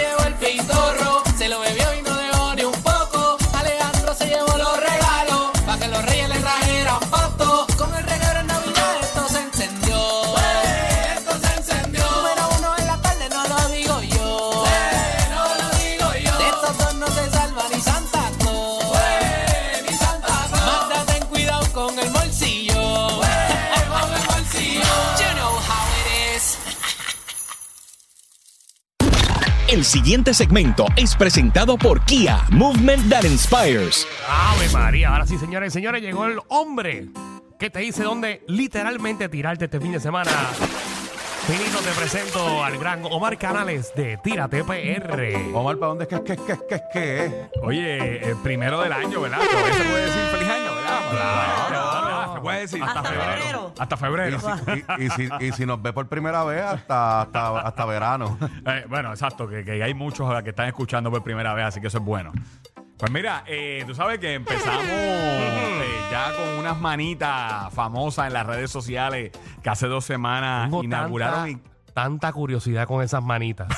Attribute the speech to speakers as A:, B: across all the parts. A: llevó el pintorro, se lo bebió y no dejó ni un poco. Alejandro se llevó los regalos, pa' que los reyes le trajeran pasto. Con el regalo en Navidad esto se encendió. esto se encendió. Número uno en la tarde no lo digo yo. no lo digo yo. De estos dos no se salva ni Santa Claus. ni Santa Claus. Magda, ten cuidado con el bolsillo. con el bolsillo. You know how it is.
B: El siguiente segmento es presentado por Kia, Movement That Inspires.
C: Ave María, ahora sí, señores y señores, llegó el hombre que te dice dónde literalmente tirarte este fin de semana. Finito, te presento al gran Omar Canales de Tírate PR.
D: Omar, ¿para dónde es que es que es que es que es que es?
E: Oye, el primero del año, ¿verdad? Todavía se puede decir feliz año, ¿verdad?
D: Claro.
E: Se puede decir
D: Hasta
F: febrero.
E: Hasta febrero.
D: Y, y si, y si nos ve por primera vez, hasta, hasta, hasta verano.
E: Eh, bueno, exacto, que, que hay muchos que están escuchando por primera vez, así que eso es bueno. Pues mira, eh, tú sabes que empezamos eh, ya con unas manitas famosas en las redes sociales que hace dos semanas
C: Tengo
E: inauguraron. y-
C: tanta, tanta curiosidad con esas manitas.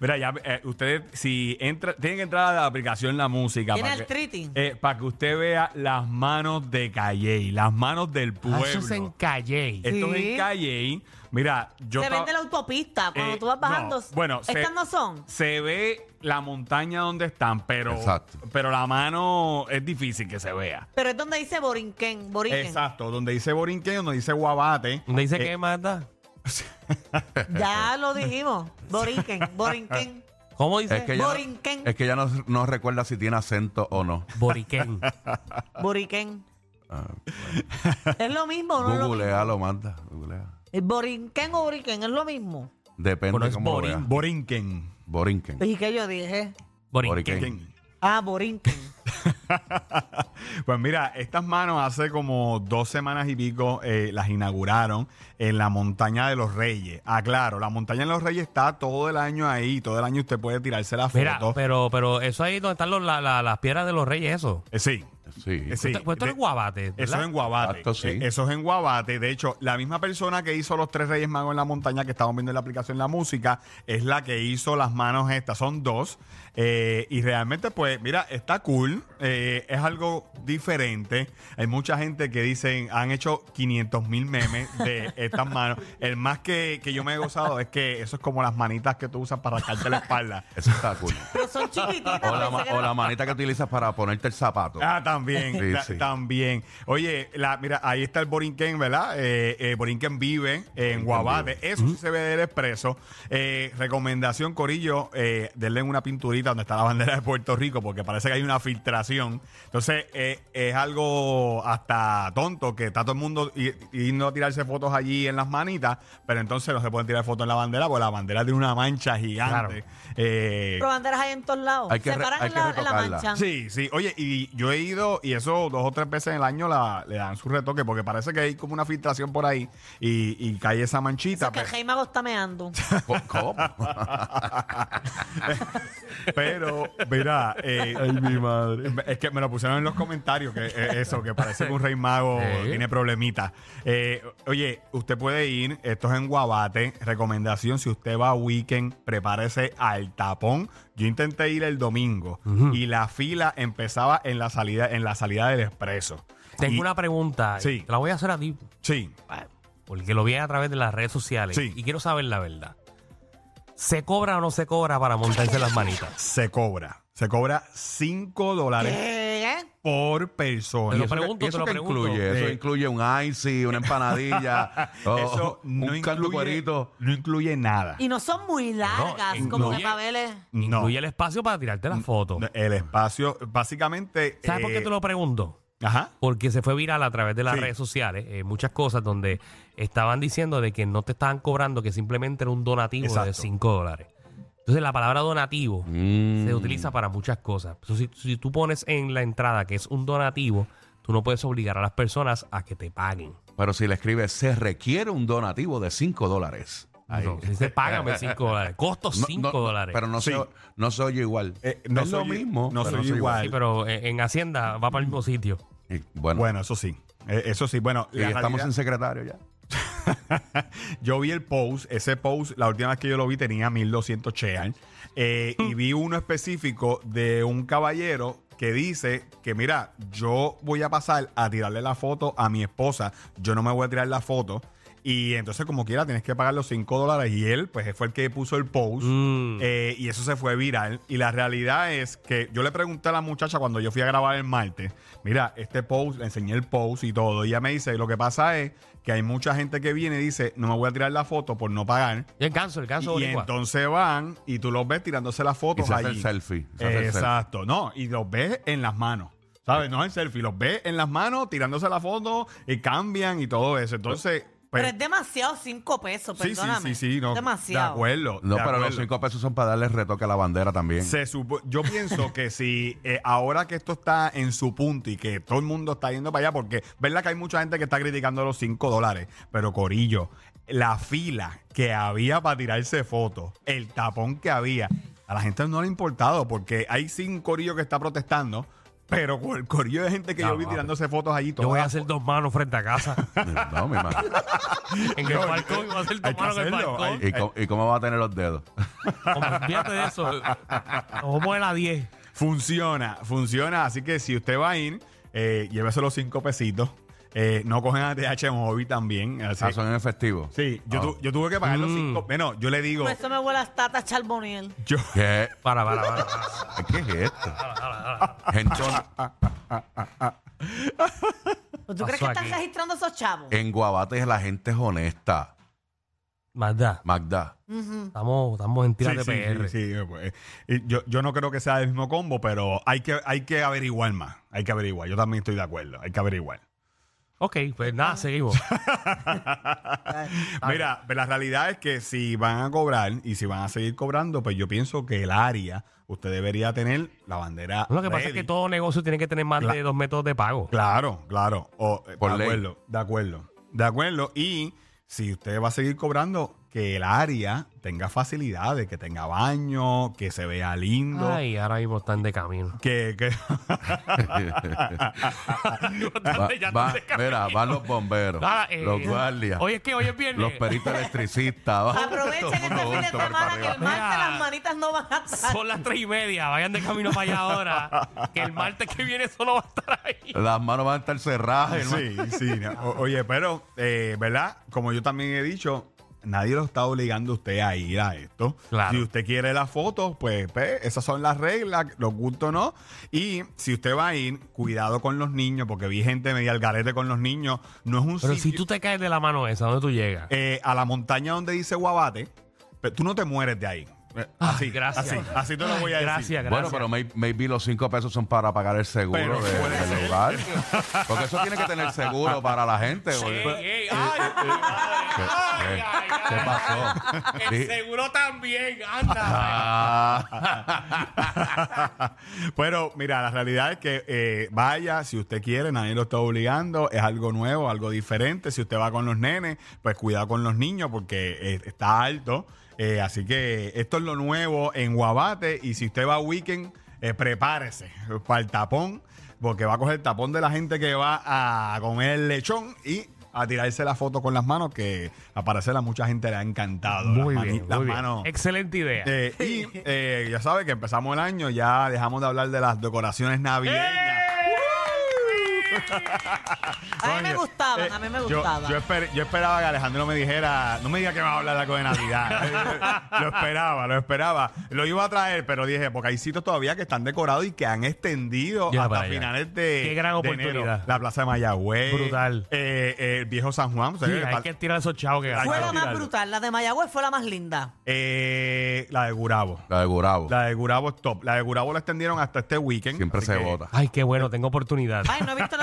E: Mira, ya eh, ustedes, si entra, tienen que entrar a la aplicación La Música.
F: Tiene
E: para que-
F: artritis.
E: eh, para que usted vea las manos de Calle, las manos del
C: Ah,
E: pueblo. Eh,
C: Eso es en Calle.
E: Esto es
F: Sí.
E: en Calle. Mira, yo
F: Se
E: estaba-
F: vende la autopista. Cuando
E: eh,
F: tú vas bajando.
E: no, bueno, se-
F: estas no son.
E: Se ve la montaña donde están, pero,
D: Exacto.
E: pero la mano es difícil que se vea.
F: Pero es donde dice Borinquen. Borinquen.
E: Exacto, donde dice Borinquen, donde dice Guabate.
C: ¿Dónde dice
E: Eh,
C: que manda?
F: Ya lo dijimos. Borinquen. Borinquen.
C: ¿Cómo
E: eh.
C: dice?
D: Es que ya,
F: Borinquen.
D: es que ya no, no recuerda si tiene acento o no.
C: Boriquén.
F: Borinquen.
D: Ah,
F: Es lo mismo, ¿no? es lo mismo?
D: Googlea, lo manda. Googlea.
F: ¿El Borinquen o Borinquen es lo mismo.
D: Depende
C: Bueno, es
D: cómo lo
C: Borin-
D: veas.
E: Borinquen.
D: Borinquen.
F: ¿Y qué yo dije?
C: Boriquén.
D: Borinquen.
F: Ah, Borinquen.
E: Pues mira, estas manos hace como dos semanas y pico eh, las inauguraron en la montaña de los Reyes. Aclaro, la montaña de los Reyes está todo el año ahí, todo el año usted puede tirarse la
C: Mira,
E: foto.
C: pero, pero eso ahí donde están los- la- la- las piedras de los reyes, eso.
E: Eh, sí,
D: Sí.
E: eh, sí.
C: Esto- pues esto es
E: De-
C: guabate, ¿verdad?
E: Eso es en Guabate.
D: Exacto, sí.
E: Eh, Eso es en Guabate. De hecho, la misma persona que hizo los tres Reyes Magos en la montaña que estamos viendo en la aplicación La Música es la que hizo las manos estas. Son dos. Eh, y realmente, pues, mira, está cool. Eh, es algo diferente. Hay mucha gente que dicen, han hecho 500 mil memes de estas manos. El más que, que yo me he gozado es que eso es como las manitas que tú usas para rascarte la espalda.
D: Eso está cool.
F: Pero son chiquititas.
D: O la,
F: parece
D: ma-
F: que
D: o
F: no-
D: la manita que utilizas para ponerte el zapato.
E: Ah, también,
D: Sí,
E: ta-
D: sí.
E: también. Oye, la, mira, ahí está el Borinquen, ¿verdad? Eh, eh, Borinquen vive en Guabate. Eso sí se ve del expreso. Eh, recomendación, Corillo, eh, denle una pinturita donde está la bandera de Puerto Rico, porque parece que hay una filtración. Entonces, eh, es algo hasta tonto que está todo el mundo y, y no tirarse fotos allí en las manitas, pero entonces no se pueden tirar fotos en la bandera, porque la bandera tiene una mancha gigante. Eh,
F: Pero banderas hay en todos lados.
D: Hay que
F: se
D: re-
F: paran
D: hay
F: en,
D: que
F: la, en la
D: retocarla.
F: mancha.
E: Sí, sí. Oye, y yo he ido, y eso dos o tres veces en el año la, le dan su retoque, porque parece que hay como una filtración por ahí y, y cae esa manchita. pues,
F: Eso que el
E: pe-
F: Jaimago está meando.
D: Co- ¿Cómo?
E: Pero, mira, eh, ay, mi madre. Es que me lo pusieron en los comentarios, que eh, eso, que parece que un rey mago
C: Sí.
E: tiene problemitas. Eh, oye, usted puede ir, esto es en Guabate. Recomendación: si usted va a weekend, prepárese al tapón. Yo intenté ir el domingo y la fila empezaba en la salida, en la salida del expreso.
C: Tengo
E: Y-
C: una pregunta.
E: Sí.
C: Te la voy a hacer a ti.
E: Sí.
C: Porque lo vi a través de las redes sociales.
E: Sí.
C: Y quiero saber la verdad. ¿Se cobra o no se cobra para montarse las manitas?
E: Se cobra. Se cobra 5 dólares
F: ¿Qué?
E: por
C: Te lo
E: persona. Y eso que-
C: pregunto, te
D: ¿Y eso
C: lo
D: qué
C: pregunto.
D: incluye? Eso
E: Eh.
D: incluye un icy, una empanadilla, oh,
E: Eso no
D: un caldo
E: incluye,
D: cuerito.
E: no incluye nada.
F: Y no son muy largas,
C: No,
F: como
C: no.
F: que papeles.
E: No.
C: Incluye el espacio para tirarte las fotos.
E: El espacio, básicamente.
C: ¿Sabes por qué
E: eh,
C: te lo pregunto?
E: Ajá.
C: Porque se fue viral a través de las
E: Sí.
C: redes sociales, eh, muchas cosas donde estaban diciendo de que no te estaban cobrando, que simplemente era un donativo de
E: Exacto.
C: 5 dólares. Entonces la palabra donativo se utiliza para muchas cosas. So, si, si tú pones en la entrada que es un donativo, tú no puedes obligar a las personas a que te paguen.
D: Pero si le escribe, se requiere un donativo de 5 dólares. Ahí.
C: No, se dice, págame 5 dólares. Costo
D: No,
C: 5
D: no,
C: dólares.
D: Pero no,
E: Sí.
D: se, no se oye igual.
E: Eh, no
D: es
E: soy
D: lo mismo.
E: No
D: pero
E: soy igual.
C: Sí, pero eh, en Hacienda va para el mismo sitio.
D: Y bueno,
E: Bueno, eso sí. Eh, eso sí. Bueno,
D: y
E: la
D: estamos
E: realidad-
D: en secretario ya.
E: yo vi el post, ese post, la última vez que yo lo vi tenía 1200 chean. eh, y vi uno específico de un caballero que dice que mira, yo voy a pasar a tirarle la foto a mi esposa, yo no me voy a tirar la foto. Y entonces como quiera tienes que pagar los 5 dólares y él pues fue el que puso el post
C: Mm.
E: eh, y eso se fue viral y la realidad es que yo le pregunté a la muchacha cuando yo fui a grabar el martes mira este post le enseñé el post y todo y ella me dice lo que pasa es que hay mucha gente que viene y dice no me voy a tirar la foto por no pagar
C: Y el canso, el canso
E: y
C: boricua.
E: entonces van y tú los ves tirándose las
D: Y
E: fotos
D: se hace el
E: allí.
D: selfie, se hace el
E: Exacto, no, y los ves en las manos. ¿Sabes? No es el selfie, los ves en las manos tirándose la foto y cambian y todo eso. Entonces, pues,
F: Pero es demasiado, cinco pesos,
E: sí, sí, sí,
F: perdóname.
E: sí, no.
F: demasiado.
E: De acuerdo.
D: No,
E: de
D: pero los
E: acuerdo.
D: 5 pesos son para darle retoque a la bandera también.
E: Se supo- yo pienso que si eh, ahora que esto está en su punto y que todo el mundo está yendo para allá, porque verdad que hay mucha gente que está criticando los 5 dólares, pero Corillo, la fila que había para tirarse fotos, el tapón que había, a la gente no le ha importado porque hay sin Corillo que está protestando, pero con el Corillo de gente que
C: No,
E: yo vi
C: papi.
E: tirándose fotos allí.
C: Yo
E: todas
C: voy a
E: las
C: hacer dos manos frente a casa.
D: No, mi madre.
C: en el balcón, voy a hacer dos
E: Hay que
C: manos en el
E: hacerlo,
C: balcón.
E: hay-
D: ¿Y, cómo, y cómo va a tener los dedos?
C: Como, fíjate de eso. Como la 10.
E: Funciona, funciona. Así que si usted va a ir, eh, llévese los cinco pesitos. Eh, no cogen ATH en hobby también. Así.
D: Ah, son en efectivo.
E: Sí, yo,
D: Ah.
C: Oh.
E: tu- yo tuve que pagar los
C: Mm.
E: cinco. Bueno, yo le digo,
F: Pues Eso me huele a Tata Charboniel.
E: yo,
D: ¿Qué?
C: Para, para, para. para.
D: ¿Qué es esto? Gentón,
F: ¿Tú crees
C: Pasó
F: que están
C: aquí.
F: registrando esos chavos?
D: en Guabate la gente es honesta,
C: Magda,
D: Magda.
C: estamos, estamos en tira
E: Sí,
C: de
E: sí,
C: PR.
E: sí, sí, pues, eh, yo, yo no creo que sea el mismo combo, pero hay que, hay que averiguar más. Hay que averiguar. Yo también estoy de acuerdo. Hay que averiguar.
C: Ok, pues nada, seguimos.
E: Mira, pero la realidad es que si van a cobrar y si van a seguir cobrando, pues yo pienso que el área, usted debería tener la bandera.
C: Lo que pasa es
E: ready.
C: que todo negocio tiene que tener más de dos métodos de pago.
E: Claro, claro. O, eh,
D: Por
E: de
D: ley.
E: acuerdo, de acuerdo. De acuerdo. Y si usted va a seguir cobrando, que el área tenga facilidades, que tenga baño, que se vea lindo.
C: Ay, ahora mismo están de camino.
E: Que, que-
D: Va- va- mira, van los bomberos,
C: Nada, eh,
D: los guardias,
C: Oye, es que hoy es viernes.
D: los peritos electricistas. va.
F: Aprovechen este
D: Uno
F: fin de
D: junto, para
F: semana que
D: arriba.
F: el martes
C: Mira.
F: las manitas no van a estar.
C: Son las tres y media. Vayan de camino para allá ahora. Que el martes que viene eso no va a estar ahí.
D: Las manos van a estar cerradas. hermano.
E: sí, sí. no. O- oye, pero, eh, ¿verdad? Como yo también he dicho, nadie lo está obligando a usted a ir a esto.
C: Claro.
E: Si usted quiere las fotos, pues, pues, esas son las reglas, los gustos no. Y si usted va a ir, cuidado con los niños, porque vi gente media al garete con los niños. No es un
C: Pero
E: sitio-
C: si tú te caes de la mano esa, ¿dónde tú llegas?
E: eh, a la montaña donde dice Guabate, pero tú no te mueres de ahí. Eh, Así,
C: Ah, gracias.
E: Así, así te lo voy a decir.
C: Gracias,
D: Bueno,
C: gracias.
D: pero may- maybe los cinco pesos son para pagar el seguro
E: Pero
D: de-
E: puede
D: del
E: ser.
D: lugar. Porque eso tiene que tener seguro para la gente. porque-
C: Ey,
E: eh,
C: ey, ay, mi madre,
D: ¿Qué,
C: ay,
D: qué-
C: ay,
D: qué
C: ay.
D: pasó? Ah,
C: El
D: Di-
C: seguro también, anda.
E: Pero mira, la realidad es que eh, vaya, si usted quiere, nadie lo está obligando, es algo nuevo, algo diferente. Si usted va con los nenes, pues cuidado con los niños porque eh, está alto. Eh, así que esto es lo nuevo en Guabate y si usted va a weekend, eh, prepárese para el tapón porque va a coger el tapón de la gente que va a comer el lechón y a tirarse la foto con las manos que aparecerá mucha gente le ha encantado.
C: Muy
E: las mani-
C: bien,
E: las
C: muy bien.
E: manos.
C: Excelente idea.
E: Eh, y eh, ya sabe que empezamos el año, ya dejamos de hablar de las decoraciones navideñas.
F: ¡Eh! A mí me
E: Coño,
F: gustaban,
E: eh,
F: a mí me
E: yo-
F: gustaban.
E: Yo, esper- yo esperaba que Alejandro me dijera, no me diga que va a hablar de algo de Navidad. lo esperaba, lo esperaba. Lo iba a traer, pero dije, porque hay sitios todavía que están decorados y que han extendido
C: Ya
E: hasta
C: para allá.
E: finales de.
C: Qué gran
E: de enero.
C: oportunidad.
E: La Plaza de Mayagüez.
C: Brutal.
E: eh, eh, el viejo San Juan. eh, o sea,
C: Sí,
E: que
C: hay
E: fal-
C: que tirar esos chavos que
E: Hay
F: Fue
C: gastaron.
F: la más
E: tirarlo.
F: brutal, la de Mayagüez fue la más linda.
E: eh, la de Gurabo.
D: La de Gurabo.
E: La de Gurabo es top. La de Gurabo la extendieron hasta este weekend.
D: Siempre
E: así
D: se
E: que-
D: vota.
C: Ay, qué bueno, tengo oportunidad.
F: Ay, no he visto la de Gurabo.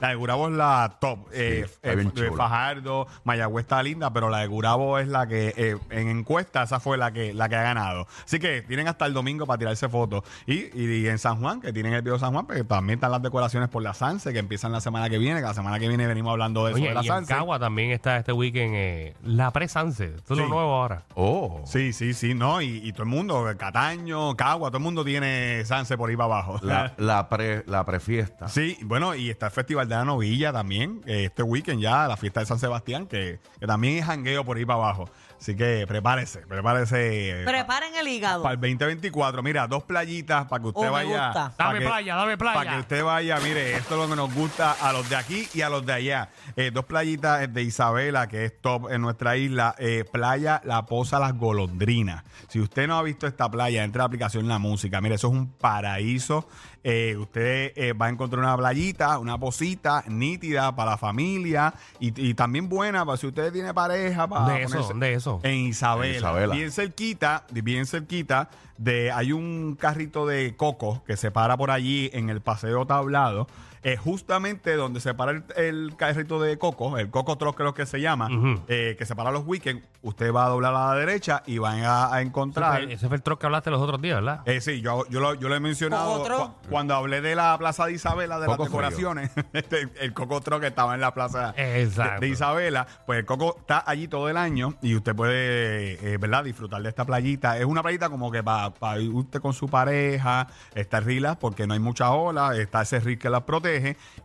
E: La de Gurabo es la top. Eh,
D: está
E: eh,
D: bien
E: de
D: chula.
E: Fajardo, Mayagüez está linda, pero la de Gurabo es la que eh, en encuesta esa fue la que, la que ha ganado. Así que tienen hasta el domingo para tirarse fotos. Y, y en San Juan, que tienen el video San Juan, porque también están las decoraciones por la Sanse, que empiezan la semana que viene. que la semana que viene venimos hablando de eso,
C: Oye,
E: de la
C: y en
E: Sanse.
C: Cagua también está este weekend eh, la pre-Sanse. Esto es lo
E: Sí.
C: nuevo ahora.
D: Oh.
E: Sí, sí, sí, no, y, y todo el mundo, Cataño, Cagua, todo el mundo tiene Sanse por ahí para abajo.
D: La, la, pre, la prefiesta.
E: Sí, bueno, y está el Festival de la Novilla también, eh, este weekend ya, la fiesta de San Sebastián, que, que también es jangueo por ahí para abajo. Así que prepárese, prepárese. eh,
F: Preparen el hígado.
E: para el 2024, mira, dos playitas para que usted
F: Oh, me
E: vaya.
F: gusta.
E: para
C: Dame
E: que-
C: playa, dame playa.
E: Para que usted vaya, mire, esto es lo que nos gusta a los de aquí y a los de allá. Eh, dos playitas eh, de Isabela, que es top en nuestra isla, eh, playa La Poza Las Golondrinas. Si usted no ha visto esta playa, entre a la aplicación La Música. Mire, eso es un paraíso. Eh, usted eh, va a encontrar una playita, una posita nítida para la familia y, y también buena para si usted tiene pareja. Para
C: ¿Dónde eso?
E: ponerse-
C: ¿Dónde eso?
E: En Isabela.
D: En Isabela.
E: Bien cerquita, bien cerquita de hay un carrito de coco que se para por allí en el paseo tablado. Es justamente donde se para el, el carrito de coco, el coco troc creo que se llama, eh, que se para los weekends. Usted va a doblar a la derecha y van a, a encontrar.
C: Ese fue el troc que hablaste los otros días, ¿verdad?
E: Eh, sí, yo, yo, lo, yo lo he mencionado
F: Cocotro.
E: cu- cuando hablé de la Plaza de Isabela, de
D: Coco
E: las
D: frío.
E: decoraciones, este, el cocotro que estaba en la Plaza de,
C: Exacto.
E: de Isabela, pues el coco está allí todo el año y usted puede, eh, ¿verdad?, disfrutar de esta playita. Es una playita como que para ir usted con su pareja, está rilas porque no hay mucha ola, está ese río que las protege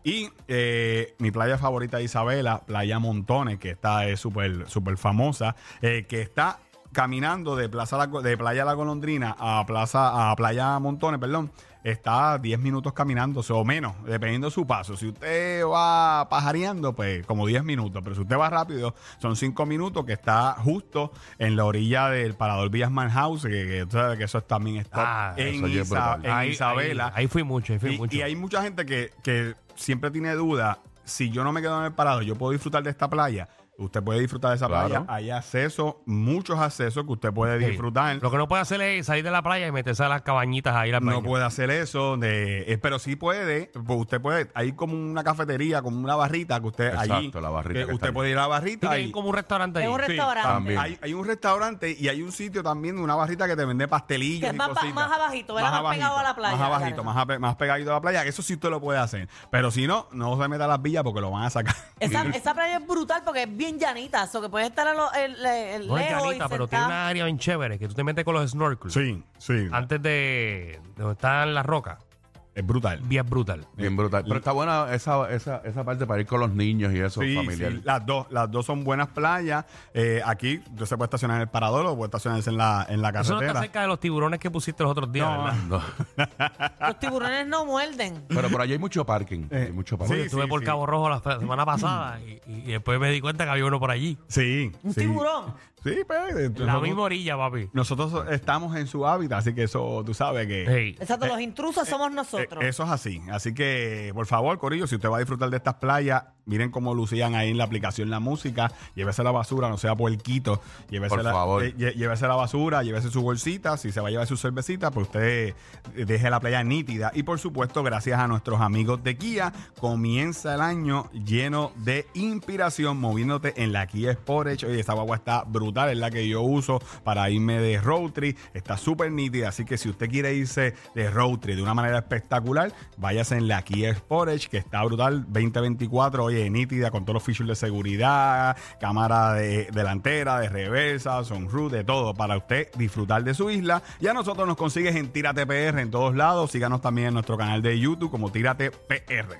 E: y eh, mi playa favorita de Isabela, Playa Montones, que está es súper súper famosa, eh, que está caminando de Plaza La- de Playa La Golondrina a Plaza a Playa Montones, perdón, está 10 minutos caminando o menos, dependiendo de su paso. Si usted va pajareando, pues como 10 minutos, pero si usted va rápido, son 5 minutos que está justo en la orilla del Parador Villas House, que, que, tú sabes que eso también está
C: Ah,
E: en,
D: eso ya es
E: Isa-
D: brutal.
E: en Isabela.
C: Ahí, ahí fui mucho, ahí fui
E: Y-
C: mucho.
E: Y, hay mucha gente que, que siempre tiene duda. Si yo no me quedo en el parado, yo puedo disfrutar de esta playa. Usted puede disfrutar de esa
D: Claro.
E: playa. Hay accesos, muchos accesos que usted puede
C: Sí.
E: disfrutar.
C: Lo que no puede hacer es salir de la playa y meterse a las cabañitas ahí. Las
E: No
C: bañas.
E: puede hacer eso, de- eh, pero sí puede. pues usted puede. Hay como una cafetería, como una barrita que usted
D: Exacto,
E: allí.
D: la barrita
E: que
D: que está
E: usted
D: allí.
E: puede ir a la
C: Sí,
E: barrita.
C: que
E: y-
C: hay como un restaurante ahí.
F: Es un
C: Sí.
F: restaurante.
D: también.
E: Hay, hay un restaurante y hay un sitio también, una barrita que te vende pastelillos.
F: Que es
E: y
F: más ba-
E: cositas.
F: más abajito, ¿verdad? Más pegado a la playa,
E: Más
F: Gareth.
E: abajito, más, ape- más pegadito a la playa. Eso sí usted lo puede hacer. Pero si no, no se meta a las villas porque lo van a sacar.
F: Esa, esa playa es brutal porque es bien llanita, o que puedes estar a lo- el- el-
C: No es
F: lejos
C: llanita,
F: y
C: pero
F: sentar.
C: tiene una área bien chévere que tú te metes con los snorkels.
E: sí, sí.
C: Antes de de donde están las rocas.
E: Es brutal.
C: Bien brutal.
D: Bien brutal. Pero está buena esa, esa, esa parte para ir con los niños y eso,
E: Sí,
D: familiar.
E: sí, las dos, las dos son buenas playas. Eh, aquí usted se puede estacionar en el parador o puede estacionarse en la, en la
C: Eso no
E: carretera.
C: está cerca de los tiburones que pusiste los otros días, ¿verdad?
D: No.
F: Los tiburones no muerden.
D: Pero por allí hay mucho parking. hay mucho parking.
E: Eh, sí,
C: Yo estuve por
E: sí.
C: Cabo Rojo la fe- semana pasada y, y después me di cuenta que había uno por allí.
E: sí.
F: Un
E: sí.
F: tiburón.
E: Sí, pero eh,
C: La
E: nosotros,
C: misma orilla, papi.
E: nosotros estamos en su hábitat, así que eso tú sabes que.
C: Ey.
F: Exacto, los intrusos somos
E: Eh,
F: nosotros.
E: Eso es así. Así que, por favor, Corillo, si usted va a disfrutar de estas playas, miren cómo lucían ahí en la aplicación la música. Llévese la basura, no sea puerquito. Llévese,
D: Por
E: la,
D: favor.
E: eh, lle- llévese la basura, llévese su bolsita. Si se va a llevar su cervecita, pues usted eh, deje la playa nítida. Y por supuesto, gracias a nuestros amigos de Kia, comienza el año lleno de inspiración, moviéndote en la Kia Sportage. Oye, esta guagua está brutal, es la que yo uso para irme de road trip. Está súper nítida, así que si usted quiere irse de road trip de una manera espectacular, váyase en la Kia Sportage, que está brutal 2024, oye, nítida, con todos los features de seguridad, cámara de- delantera, de reversa, sunroof, de todo, para usted disfrutar de su isla. Y a nosotros nos consigues en Tírate PR en todos lados. Síganos también en nuestro canal de YouTube como Tírate PR.